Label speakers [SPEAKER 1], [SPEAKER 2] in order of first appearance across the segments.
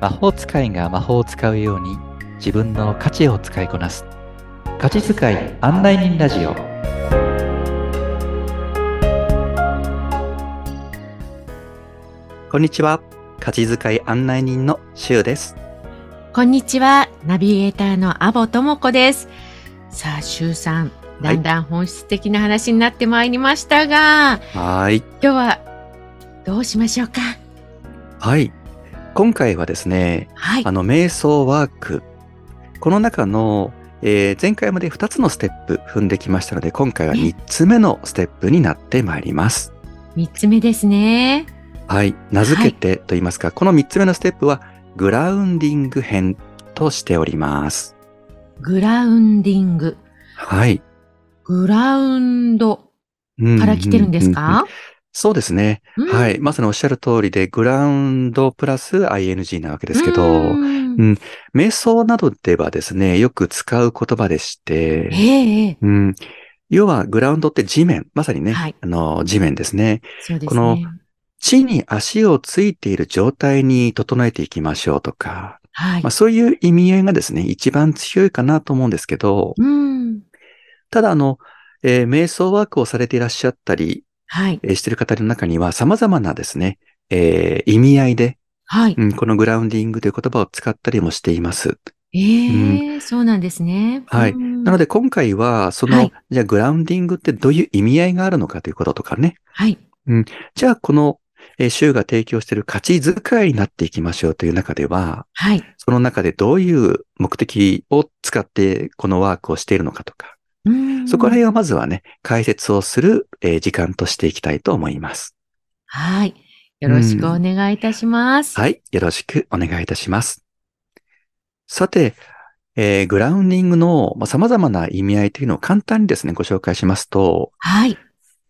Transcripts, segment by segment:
[SPEAKER 1] 魔法使いが魔法を使うように自分の価値を使いこなす価値使い案内人ラジオこんにちは価値使い案内人のシュウです
[SPEAKER 2] こんにちは、ナビゲーターのアボともこです。さあ、シュウさん、だんだん本質的な話になってまいりましたが、
[SPEAKER 1] はい
[SPEAKER 2] 今日はどうしましょうか。
[SPEAKER 1] はい今回はですね
[SPEAKER 2] はい
[SPEAKER 1] あ。の瞑想ワークこの中の、えー前回まで2つのステップ踏んできましたので今回は3つ目のステップになってまいります
[SPEAKER 2] 三つ目ですね。
[SPEAKER 1] はい。名付けてと言いますか、この3つ目のステップは、グラウンディング編としております。
[SPEAKER 2] グラウンディング。
[SPEAKER 1] はい。
[SPEAKER 2] グラウンドから来てるんです
[SPEAKER 1] ううううん
[SPEAKER 2] か、
[SPEAKER 1] そうですね。
[SPEAKER 2] い。
[SPEAKER 1] はい。まさにおっしゃる通りで、グラウンドプラス ING なわけですけど
[SPEAKER 2] う、ん
[SPEAKER 1] うん瞑想などではですね、よく使う言葉でして、
[SPEAKER 2] ええええ
[SPEAKER 1] うん、要はグラウンドって地面、まさにね、
[SPEAKER 2] はい
[SPEAKER 1] あの地面ですね。
[SPEAKER 2] そうですね。
[SPEAKER 1] この地に足をついている状態に整えていきましょうとか、
[SPEAKER 2] はい
[SPEAKER 1] まあ、。そういう意味合いがですね、一番強いかなと思うんですけど、
[SPEAKER 2] うん。
[SPEAKER 1] ただあの、えー瞑想ワークをされていらっしゃったり、
[SPEAKER 2] はい。
[SPEAKER 1] えーしている方の中には様々なですね、えー意味合いで、
[SPEAKER 2] はい。
[SPEAKER 1] うん、このグラウンディングという言葉を使ったりもしています。
[SPEAKER 2] ええそうなんですね。
[SPEAKER 1] はい
[SPEAKER 2] な
[SPEAKER 1] なので今回は、その、
[SPEAKER 2] はい
[SPEAKER 1] じゃあグラウンディングってどういう意味合いがあるのかということとかね、
[SPEAKER 2] はい。
[SPEAKER 1] じゃあこの、えー州が提供している価値遣いになっていきましょうという中では、
[SPEAKER 2] はい。
[SPEAKER 1] その中でどういう目的を使ってこのワークをしているのかとか、
[SPEAKER 2] うん
[SPEAKER 1] そこら辺はまずはね、解説をする、えー時間としていきたいと思います。
[SPEAKER 2] はい。よろしくお願いいたします。
[SPEAKER 1] はい。よろしくお願いいたします。さて、えーグラウンディングのまあ様々な意味合いというのを簡単にですね、ご紹介しますと、
[SPEAKER 2] はい。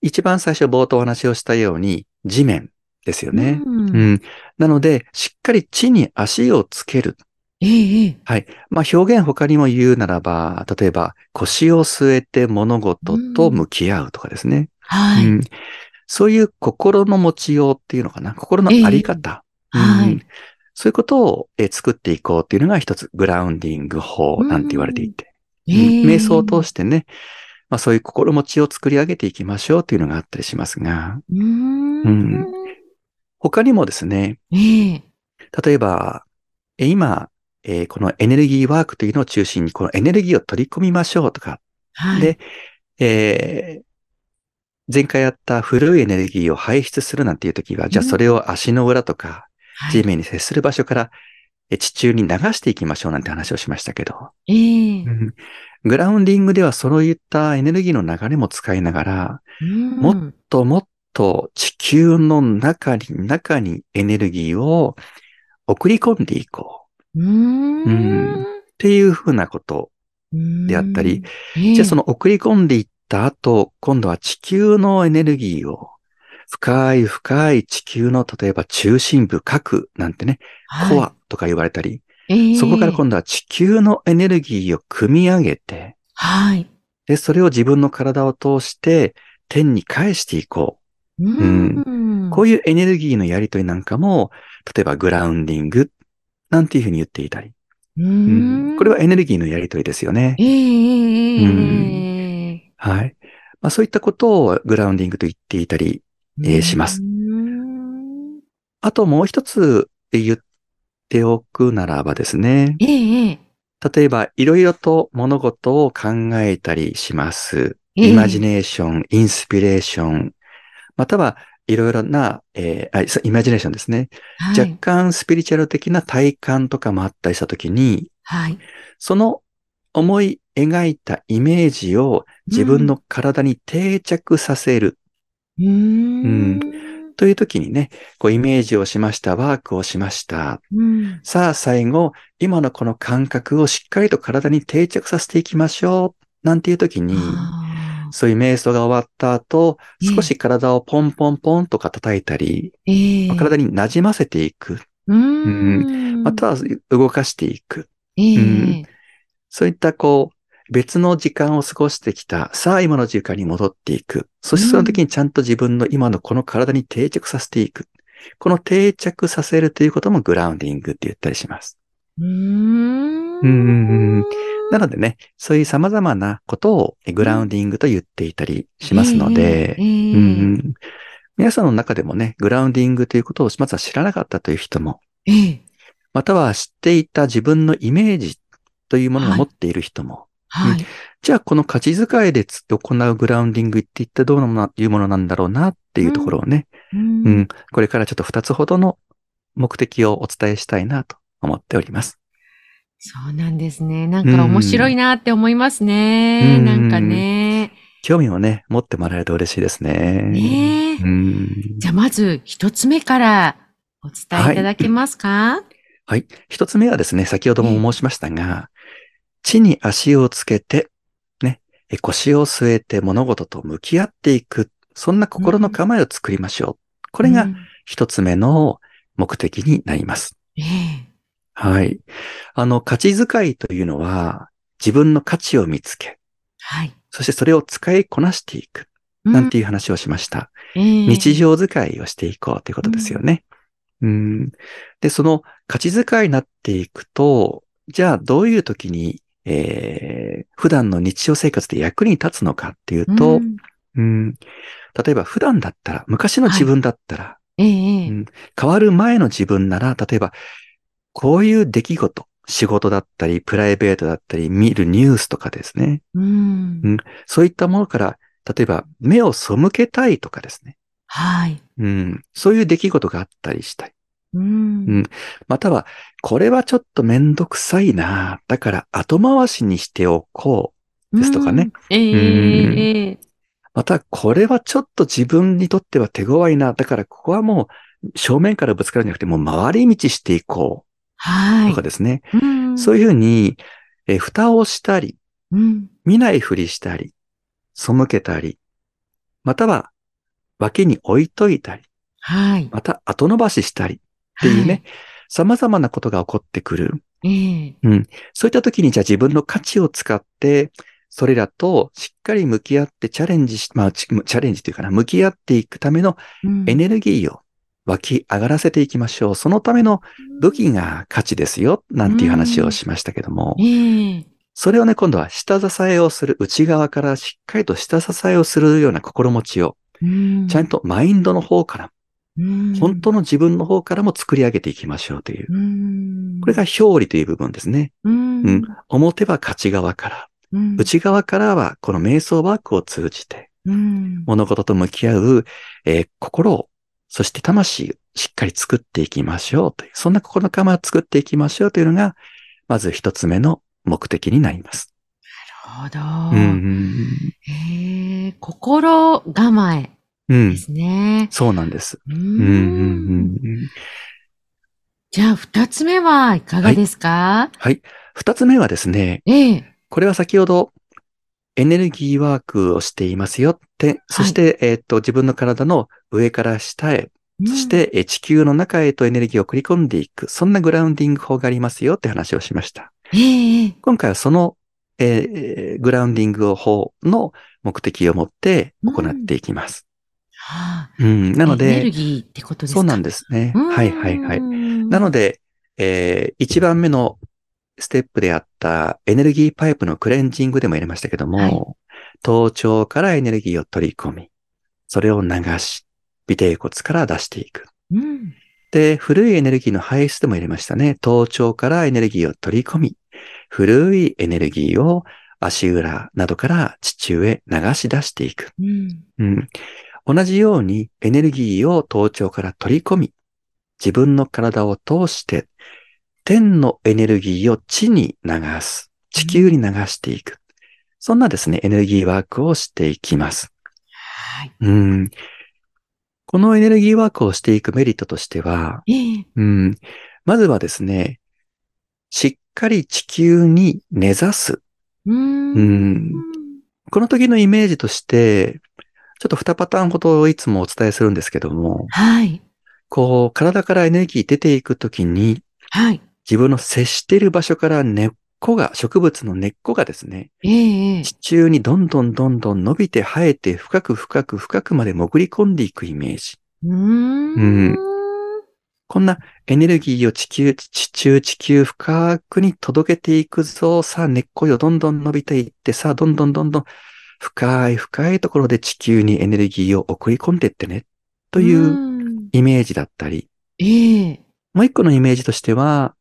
[SPEAKER 1] 一番最初冒頭お話をしたように、地面ですよね。
[SPEAKER 2] う
[SPEAKER 1] うん
[SPEAKER 2] ん。
[SPEAKER 1] なので、しっかり地に足をつける。
[SPEAKER 2] ええええ
[SPEAKER 1] まあ、表現他にも言うならば、例えば腰を据えて物事と向き合うとかですね。
[SPEAKER 2] は
[SPEAKER 1] う
[SPEAKER 2] い。
[SPEAKER 1] ん、そういう心の持ちようっていうのかな。心のあり方。
[SPEAKER 2] ええはい
[SPEAKER 1] うんそういうことを、えー作っていこうっていうのが一つ、グラウンディング法なんて言われていて。
[SPEAKER 2] ええ
[SPEAKER 1] うん瞑想を通してね、まあ、そういう心持ちを作り上げていきましょうっていうのがあったりしますが、
[SPEAKER 2] うーん
[SPEAKER 1] うん他にもですね、
[SPEAKER 2] ええ
[SPEAKER 1] 例えば、えー今、えーこのエネルギーワークというのを中心に、このエネルギーを取り込みましょうとか、
[SPEAKER 2] はい。
[SPEAKER 1] で、えー前回やった古いエネルギーを排出するなんていう時は、じゃあ
[SPEAKER 2] うん
[SPEAKER 1] それを足の裏とか、
[SPEAKER 2] はい
[SPEAKER 1] 地面に接する場所からえ地中に流していきましょうなんて話をしましたけど、
[SPEAKER 2] ええ
[SPEAKER 1] うんグラウンディングではそういったエネルギーの流れも使いながら、
[SPEAKER 2] うん
[SPEAKER 1] もともっと地球の中に、中にエネルギーを送り込んでいこう
[SPEAKER 2] うーん
[SPEAKER 1] うんっていうふうなことであったり、じゃあそ
[SPEAKER 2] の、
[SPEAKER 1] の送り込んでいった後、今度は地球のエネルギーを、深い深い地球の例えば中心部、核なんてね、コアとか言われたり、
[SPEAKER 2] はい
[SPEAKER 1] そこから今
[SPEAKER 2] 度、
[SPEAKER 1] 度は地球のエネルギーを組み上げて、
[SPEAKER 2] はい。
[SPEAKER 1] で、それを自分の体を通して天に返していこ
[SPEAKER 2] う
[SPEAKER 1] う。こう
[SPEAKER 2] いう
[SPEAKER 1] いうエネルギーのやりとりなんかも、例えばグラウンディングなんていうふうに言っていたり、
[SPEAKER 2] う
[SPEAKER 1] うん
[SPEAKER 2] ん、
[SPEAKER 1] これはエネルギーのやりとりですよね。
[SPEAKER 2] ええええ
[SPEAKER 1] う
[SPEAKER 2] ええ
[SPEAKER 1] はい。まあそういったことをグラウンディングと言っていたり、ええします
[SPEAKER 2] うーん
[SPEAKER 1] あともう一つ言っておくならばですね。
[SPEAKER 2] えええ
[SPEAKER 1] 例えば、いろいろと物事を考えたりします。
[SPEAKER 2] え
[SPEAKER 1] イマジネーション、インスピレーション、またはいろいろな、えーあそうイマジネーションですね。
[SPEAKER 2] はい
[SPEAKER 1] 若干スピリチュアル的な体感とかもあったりしたときに、
[SPEAKER 2] はい。
[SPEAKER 1] その思い描いたイメージを自分の体に定着させる
[SPEAKER 2] うーん。
[SPEAKER 1] というときにね、こうイメージをしました、ワークをしました、
[SPEAKER 2] うん。
[SPEAKER 1] さあ最後、今のこの感覚をしっかりと体に定着させていきましょう。なんていう時に、
[SPEAKER 2] あ
[SPEAKER 1] そういう瞑想が終わった後、
[SPEAKER 2] ええ
[SPEAKER 1] 少し体をポンポンポンとか叩いたり、
[SPEAKER 2] ーええ
[SPEAKER 1] 体に馴染ませていく。
[SPEAKER 2] うーん。
[SPEAKER 1] または動かしていく。
[SPEAKER 2] ええ
[SPEAKER 1] うんそういったこう、別の時間を過ごしてきた。さあ今の時間に戻っていく。そしてその時にちゃんと自分の今のこの体に定着させていく。この定着させるということもグラウンディングって言ったりします。
[SPEAKER 2] うーん。
[SPEAKER 1] うんうんうんなのでね、そういう様々なことをえグラウンディングと言っていたりしますのでう
[SPEAKER 2] え、え
[SPEAKER 1] んうん皆さんの中でもね、グラウンディングということをまずは知らなかったという人も、
[SPEAKER 2] ええ
[SPEAKER 1] または知っていた自分のイメージというものを持っている人も、
[SPEAKER 2] はい。
[SPEAKER 1] じゃあこの価値遣いでつ行うグラウンディングって一体どうなものいうものなんだろうなっていうところをね、
[SPEAKER 2] う
[SPEAKER 1] うん
[SPEAKER 2] ん。
[SPEAKER 1] これからちょっと2つほどの目的をお伝えしたいなと思っております。
[SPEAKER 2] そうなんですね。なんか面白いなって思いますね。
[SPEAKER 1] うん
[SPEAKER 2] なんかね。
[SPEAKER 1] 興味をね、持ってもらえると嬉しいですね。
[SPEAKER 2] ねえ
[SPEAKER 1] うん
[SPEAKER 2] じゃあまず一つ目からお伝えいただけますか、
[SPEAKER 1] はい。一つ目はですね、先ほども申しましたが、地に足をつけて、ね、え腰を据えて物事と向き合っていく、そんな心の構えを作りましょう。こ
[SPEAKER 2] こ
[SPEAKER 1] れが一つ目の目的になります。
[SPEAKER 2] ええ
[SPEAKER 1] はい。あの、価値遣いというのは、自分の価値を見つけ、
[SPEAKER 2] はい。
[SPEAKER 1] そしてそれを使いこなしていく、なんていう話をしました。日
[SPEAKER 2] 日
[SPEAKER 1] 常使いをしていこうということですよね。うん、で、その価値使いになっていくと、じゃあどういう時に、えー普段の日常生活で役に立つのかっていうと、うん例えば普段だったら、昔の自分だったら、
[SPEAKER 2] ええ
[SPEAKER 1] うん変わる前の自分なら、例えば、こういう出来事、仕事だったり、プライベートだったり、見るニュースとかですね。
[SPEAKER 2] うん
[SPEAKER 1] うんそういったものから、例えば、目を背けたいとかですね。
[SPEAKER 2] はい。
[SPEAKER 1] うん、そういう出来事があったりしたい。
[SPEAKER 2] うん
[SPEAKER 1] うんまたは、これはちょっとめんどくさいな。だから後回しにしておこう。ですとかね。
[SPEAKER 2] うんええ
[SPEAKER 1] うん
[SPEAKER 2] ええ
[SPEAKER 1] また、これはちょっと自分にとっては手強いな。だからここはもう正面からぶつかるんじゃなくて、もう回り道していこう。
[SPEAKER 2] は
[SPEAKER 1] とかですね。
[SPEAKER 2] い。うん
[SPEAKER 1] そういうふうに、えー蓋をしたり、
[SPEAKER 2] うん
[SPEAKER 1] 見ないふりしたり、背けたり、または脇に置いといたり、
[SPEAKER 2] はい。
[SPEAKER 1] また後伸ばししたりっていうね、様々なことが起こってくる。
[SPEAKER 2] はい。ええ
[SPEAKER 1] そういった時にじゃあ自分の価値を使って、それらとしっかり向き合ってチャレンジし、まあ、ちチャレンジというかな、向き合っていくための
[SPEAKER 2] うん
[SPEAKER 1] エネルギーを湧き上がらせていきましょう。そのための武器が価値ですよ、なんていう話をしましたけども、
[SPEAKER 2] ええ
[SPEAKER 1] それをね、今度は下支えをする、内側からしっかりと下支えをするような心持ちを、
[SPEAKER 2] うん
[SPEAKER 1] ちゃんとマインドの方から、
[SPEAKER 2] うん
[SPEAKER 1] 本当の自分の方からも作り上げていきましょうという。
[SPEAKER 2] うん
[SPEAKER 1] これが表裏という部分ですね。
[SPEAKER 2] うん
[SPEAKER 1] うん表は価値側から。
[SPEAKER 2] うん
[SPEAKER 1] 内側からはこの瞑想ワークを通じて
[SPEAKER 2] うん
[SPEAKER 1] 物事と向き合う、えー心を、そして魂をしっかり作っていきましょうという、そんな心の構えを作っていきましょうというのが、まず一つ目の目的になります。
[SPEAKER 2] なる
[SPEAKER 1] う
[SPEAKER 2] ほど。
[SPEAKER 1] ん
[SPEAKER 2] ええ心構え
[SPEAKER 1] うんうん、う
[SPEAKER 2] で
[SPEAKER 1] ん。
[SPEAKER 2] すね。
[SPEAKER 1] そうなんです。
[SPEAKER 2] う
[SPEAKER 1] うんうん
[SPEAKER 2] ん
[SPEAKER 1] うんうん
[SPEAKER 2] じゃあ、二つ目はいかがですか、
[SPEAKER 1] はい。二つ目はですね、
[SPEAKER 2] ええ
[SPEAKER 1] これは先ほどエネルギーワークをしていますよって、そして、えーっと、自分の体の上から下へそし、て、え地球の中へとエネルギーを繰り込んでいく、そんなグラウンディング法がありますよって話をしました。
[SPEAKER 2] うんええ
[SPEAKER 1] 今回はその、えーグラウンディング法の目的を持って行っていきます。
[SPEAKER 2] はあ
[SPEAKER 1] うん、なの
[SPEAKER 2] エネル
[SPEAKER 1] で、
[SPEAKER 2] ギーってことです
[SPEAKER 1] そ
[SPEAKER 2] か
[SPEAKER 1] うなん
[SPEAKER 2] で
[SPEAKER 1] ですね。はいはいはい。な
[SPEAKER 2] な
[SPEAKER 1] の、で、えー一番目のステップであったエネルギーパイプのクレンジングでもやりましたけども、
[SPEAKER 2] はい
[SPEAKER 1] 頭頂からエネルギーを取り込み、それを流し、尾低骨から出していく。
[SPEAKER 2] うん
[SPEAKER 1] で、古いエネルギーの排出でも入れましたね。頭頂からエネルギーを取り込み、古いエネルギーを足裏などから地中へ流し出していく。
[SPEAKER 2] うん
[SPEAKER 1] うん、同じようにエネルギーを頭頂から取り込み、自分の体を通して、天のエネルギーを地に流す。地球に流していく。そんなですね、エネルギーワークをしていきます。
[SPEAKER 2] はい。
[SPEAKER 1] うん、このエネルギーワークをしていくメリットとしては、
[SPEAKER 2] ええ
[SPEAKER 1] うん。まずはですね、しっかり地球に根ざす。
[SPEAKER 2] うん
[SPEAKER 1] うんこの時のイメージとして、ちょっと2パターンほどいつもお伝えするんですけども、
[SPEAKER 2] はい。
[SPEAKER 1] こう、体からエネルギー出ていく時に、
[SPEAKER 2] はい。
[SPEAKER 1] 自分の接している場所から根っこが、植物の根っこがですね、
[SPEAKER 2] ええええ
[SPEAKER 1] 地中にどんどんどんどん伸びて生えて深く深く深くまで潜り込んでいくイメージ。
[SPEAKER 2] うーん
[SPEAKER 1] うんこんなエネルギーを地球、地中、地球深くに届けていくぞ。さあ、根っこよ、どんどん伸びていって、さあ、どんどんどんどん深い深いところで地球にエネルギーを送り込んでってね。という
[SPEAKER 2] うん
[SPEAKER 1] イメージだったり、
[SPEAKER 2] ええ
[SPEAKER 1] もう一個のイメージとしては、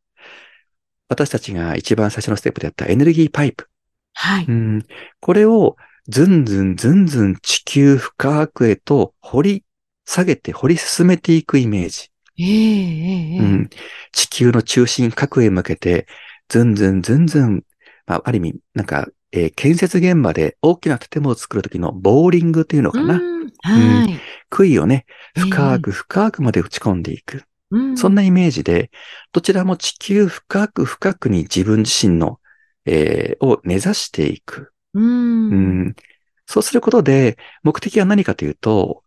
[SPEAKER 1] 私たちが一番最初のステップでやったエネルギーパイプ。
[SPEAKER 2] はい。
[SPEAKER 1] うん、これをずんずんずんずん地球深くへと掘り下げて掘り進めていくイメージ。
[SPEAKER 2] ええええええ
[SPEAKER 1] うん、地球の中心核へ向けて、ずんずんずんずん、まあ、ある意味、なんか、えー建設現場で大きな建物を作るときのボーリングというのかな。
[SPEAKER 2] うんはい。
[SPEAKER 1] 杭をね、
[SPEAKER 2] ええ
[SPEAKER 1] 深く深くまで打ち込んでいく。
[SPEAKER 2] うん
[SPEAKER 1] そんなイメージで、どちらも地球深く深くに自分自身の、えーを根ざしていく。
[SPEAKER 2] うん
[SPEAKER 1] う。んそうすることで、目的は何かというと、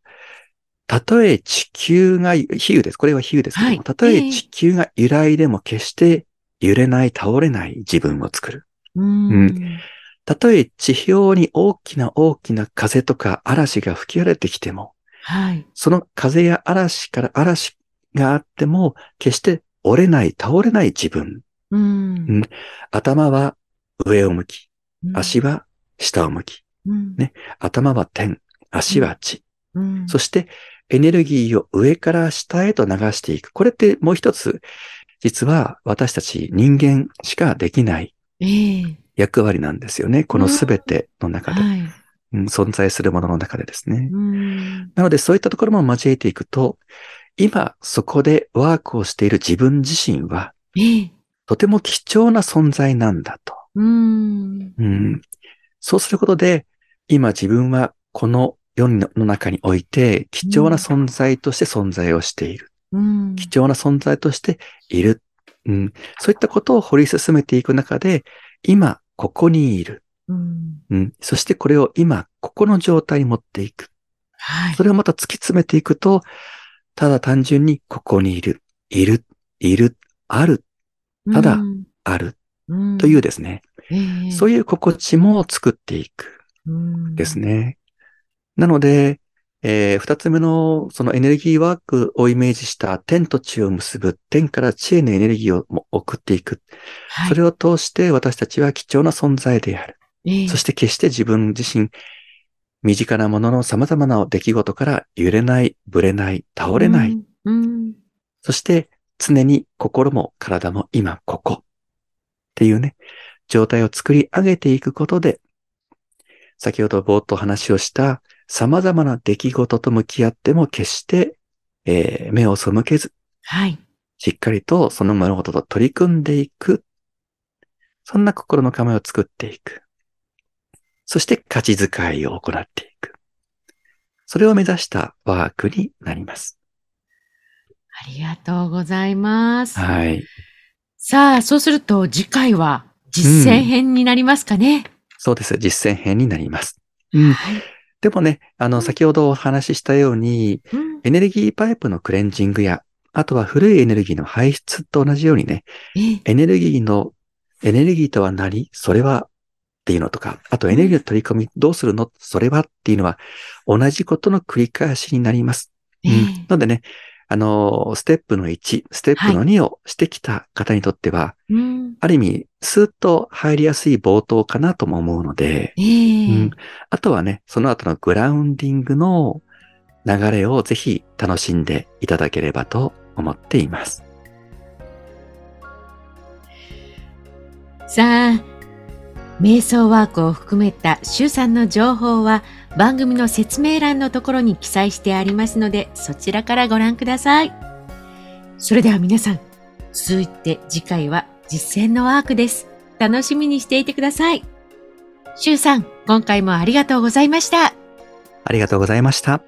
[SPEAKER 1] たとえ地球が、比喩です。これは比喩ですけども、
[SPEAKER 2] はい
[SPEAKER 1] たと
[SPEAKER 2] え
[SPEAKER 1] え
[SPEAKER 2] え
[SPEAKER 1] 地球が揺らいでも決して揺れない、倒れない自分を作る。
[SPEAKER 2] うん
[SPEAKER 1] うたとえ地表に大きな大きな風とか嵐が吹き荒れてきても、
[SPEAKER 2] はい。
[SPEAKER 1] その風や嵐から嵐があっても、決して折れない、倒れない自分。
[SPEAKER 2] うん。
[SPEAKER 1] 頭は上を向き、足は下を向き、
[SPEAKER 2] うん、
[SPEAKER 1] ね頭は天、足は地。
[SPEAKER 2] うん。
[SPEAKER 1] そしてエネルギーを上から下へと流していく。これってもう一つ、実は私たち人間しかできない
[SPEAKER 2] ええ
[SPEAKER 1] 役割なんですよね。このすべての中で、
[SPEAKER 2] はい。
[SPEAKER 1] うん存在するものの中でですね。
[SPEAKER 2] うん。
[SPEAKER 1] なのでそういったところも交えていくと、今そこでワークをしている自分自身は、
[SPEAKER 2] ええ
[SPEAKER 1] とても貴重な存在なんだと。
[SPEAKER 2] うん。
[SPEAKER 1] うん、そうすることで、今自分はこの世の中において貴重な存在として存在をしている。
[SPEAKER 2] うん。
[SPEAKER 1] 貴重な存在としている。うん、そういったことを掘り進めていく中で、今、ここにいる、
[SPEAKER 2] うん。
[SPEAKER 1] うん。そしてこれを今、ここの状態に持っていく。
[SPEAKER 2] はい
[SPEAKER 1] そ。れをまた突き詰めていくと、ただ単純にここにいる、いる、いる、ある、ただある
[SPEAKER 2] うん、
[SPEAKER 1] というですね、
[SPEAKER 2] うん、
[SPEAKER 1] そう
[SPEAKER 2] い
[SPEAKER 1] いう心地も作っていく。
[SPEAKER 2] うん
[SPEAKER 1] です。ね。なので、えー二つ目のそのエネルギーワークをイメージした天と地を結ぶ、天から地へのエネルギーをも送っていく。
[SPEAKER 2] はい、
[SPEAKER 1] それを通して私たちは貴重な存在である。
[SPEAKER 2] ええ
[SPEAKER 1] そして決して自分自身、身近なものの様々な出来事から揺れない、ぶれない、倒れない。。
[SPEAKER 2] うんうん
[SPEAKER 1] そして常に心も体も今ここっていうね、状態を作り上げていくことで、先ほど冒頭話をした様々な出来事と向き合っても決して、えー目を背けず、
[SPEAKER 2] はい。
[SPEAKER 1] しっかりとその物事と取り組んでいく。そんな心の構えを作っていく。そして価値遣いを行っていく。それを目指したワークになります。
[SPEAKER 2] ありがとうございます。
[SPEAKER 1] はい。
[SPEAKER 2] さあ、そうすると次回は実践編になりますかね。
[SPEAKER 1] そうです。実践編になります。うん
[SPEAKER 2] はい。
[SPEAKER 1] でもね、あ
[SPEAKER 2] うん
[SPEAKER 1] の、先ほどお話ししたように、
[SPEAKER 2] うん
[SPEAKER 1] エネルギーパイプのクレンジングや、あとは古いエネルギーの排出と同じようにね、
[SPEAKER 2] ええ
[SPEAKER 1] エネルギーの、エネルギーとは何それはっていうのとか、あとエネルギーの取り込みどうするのそれはっていうのは、同じことの繰り返しになります。う
[SPEAKER 2] ええ
[SPEAKER 1] ん。なのでね、あの、ステップの1、ステップの2をしてきた方にとっては、
[SPEAKER 2] うん
[SPEAKER 1] ある意味、スーッと入りやすい冒頭かなとも思うので、う
[SPEAKER 2] え
[SPEAKER 1] ん
[SPEAKER 2] え、
[SPEAKER 1] あとはね、その後のグラウンディングの流れをぜひ楽しんでいただければと思っています。
[SPEAKER 2] さあ、瞑想ワークを含めた周さんの情報は番組の説明欄のところに記載してありますので、そちらからご覧ください。それでは皆さん、続いて次回は実践のワークです。楽しみにしていてください。周さん、今回もありがとうございました。
[SPEAKER 1] ありがとうございました。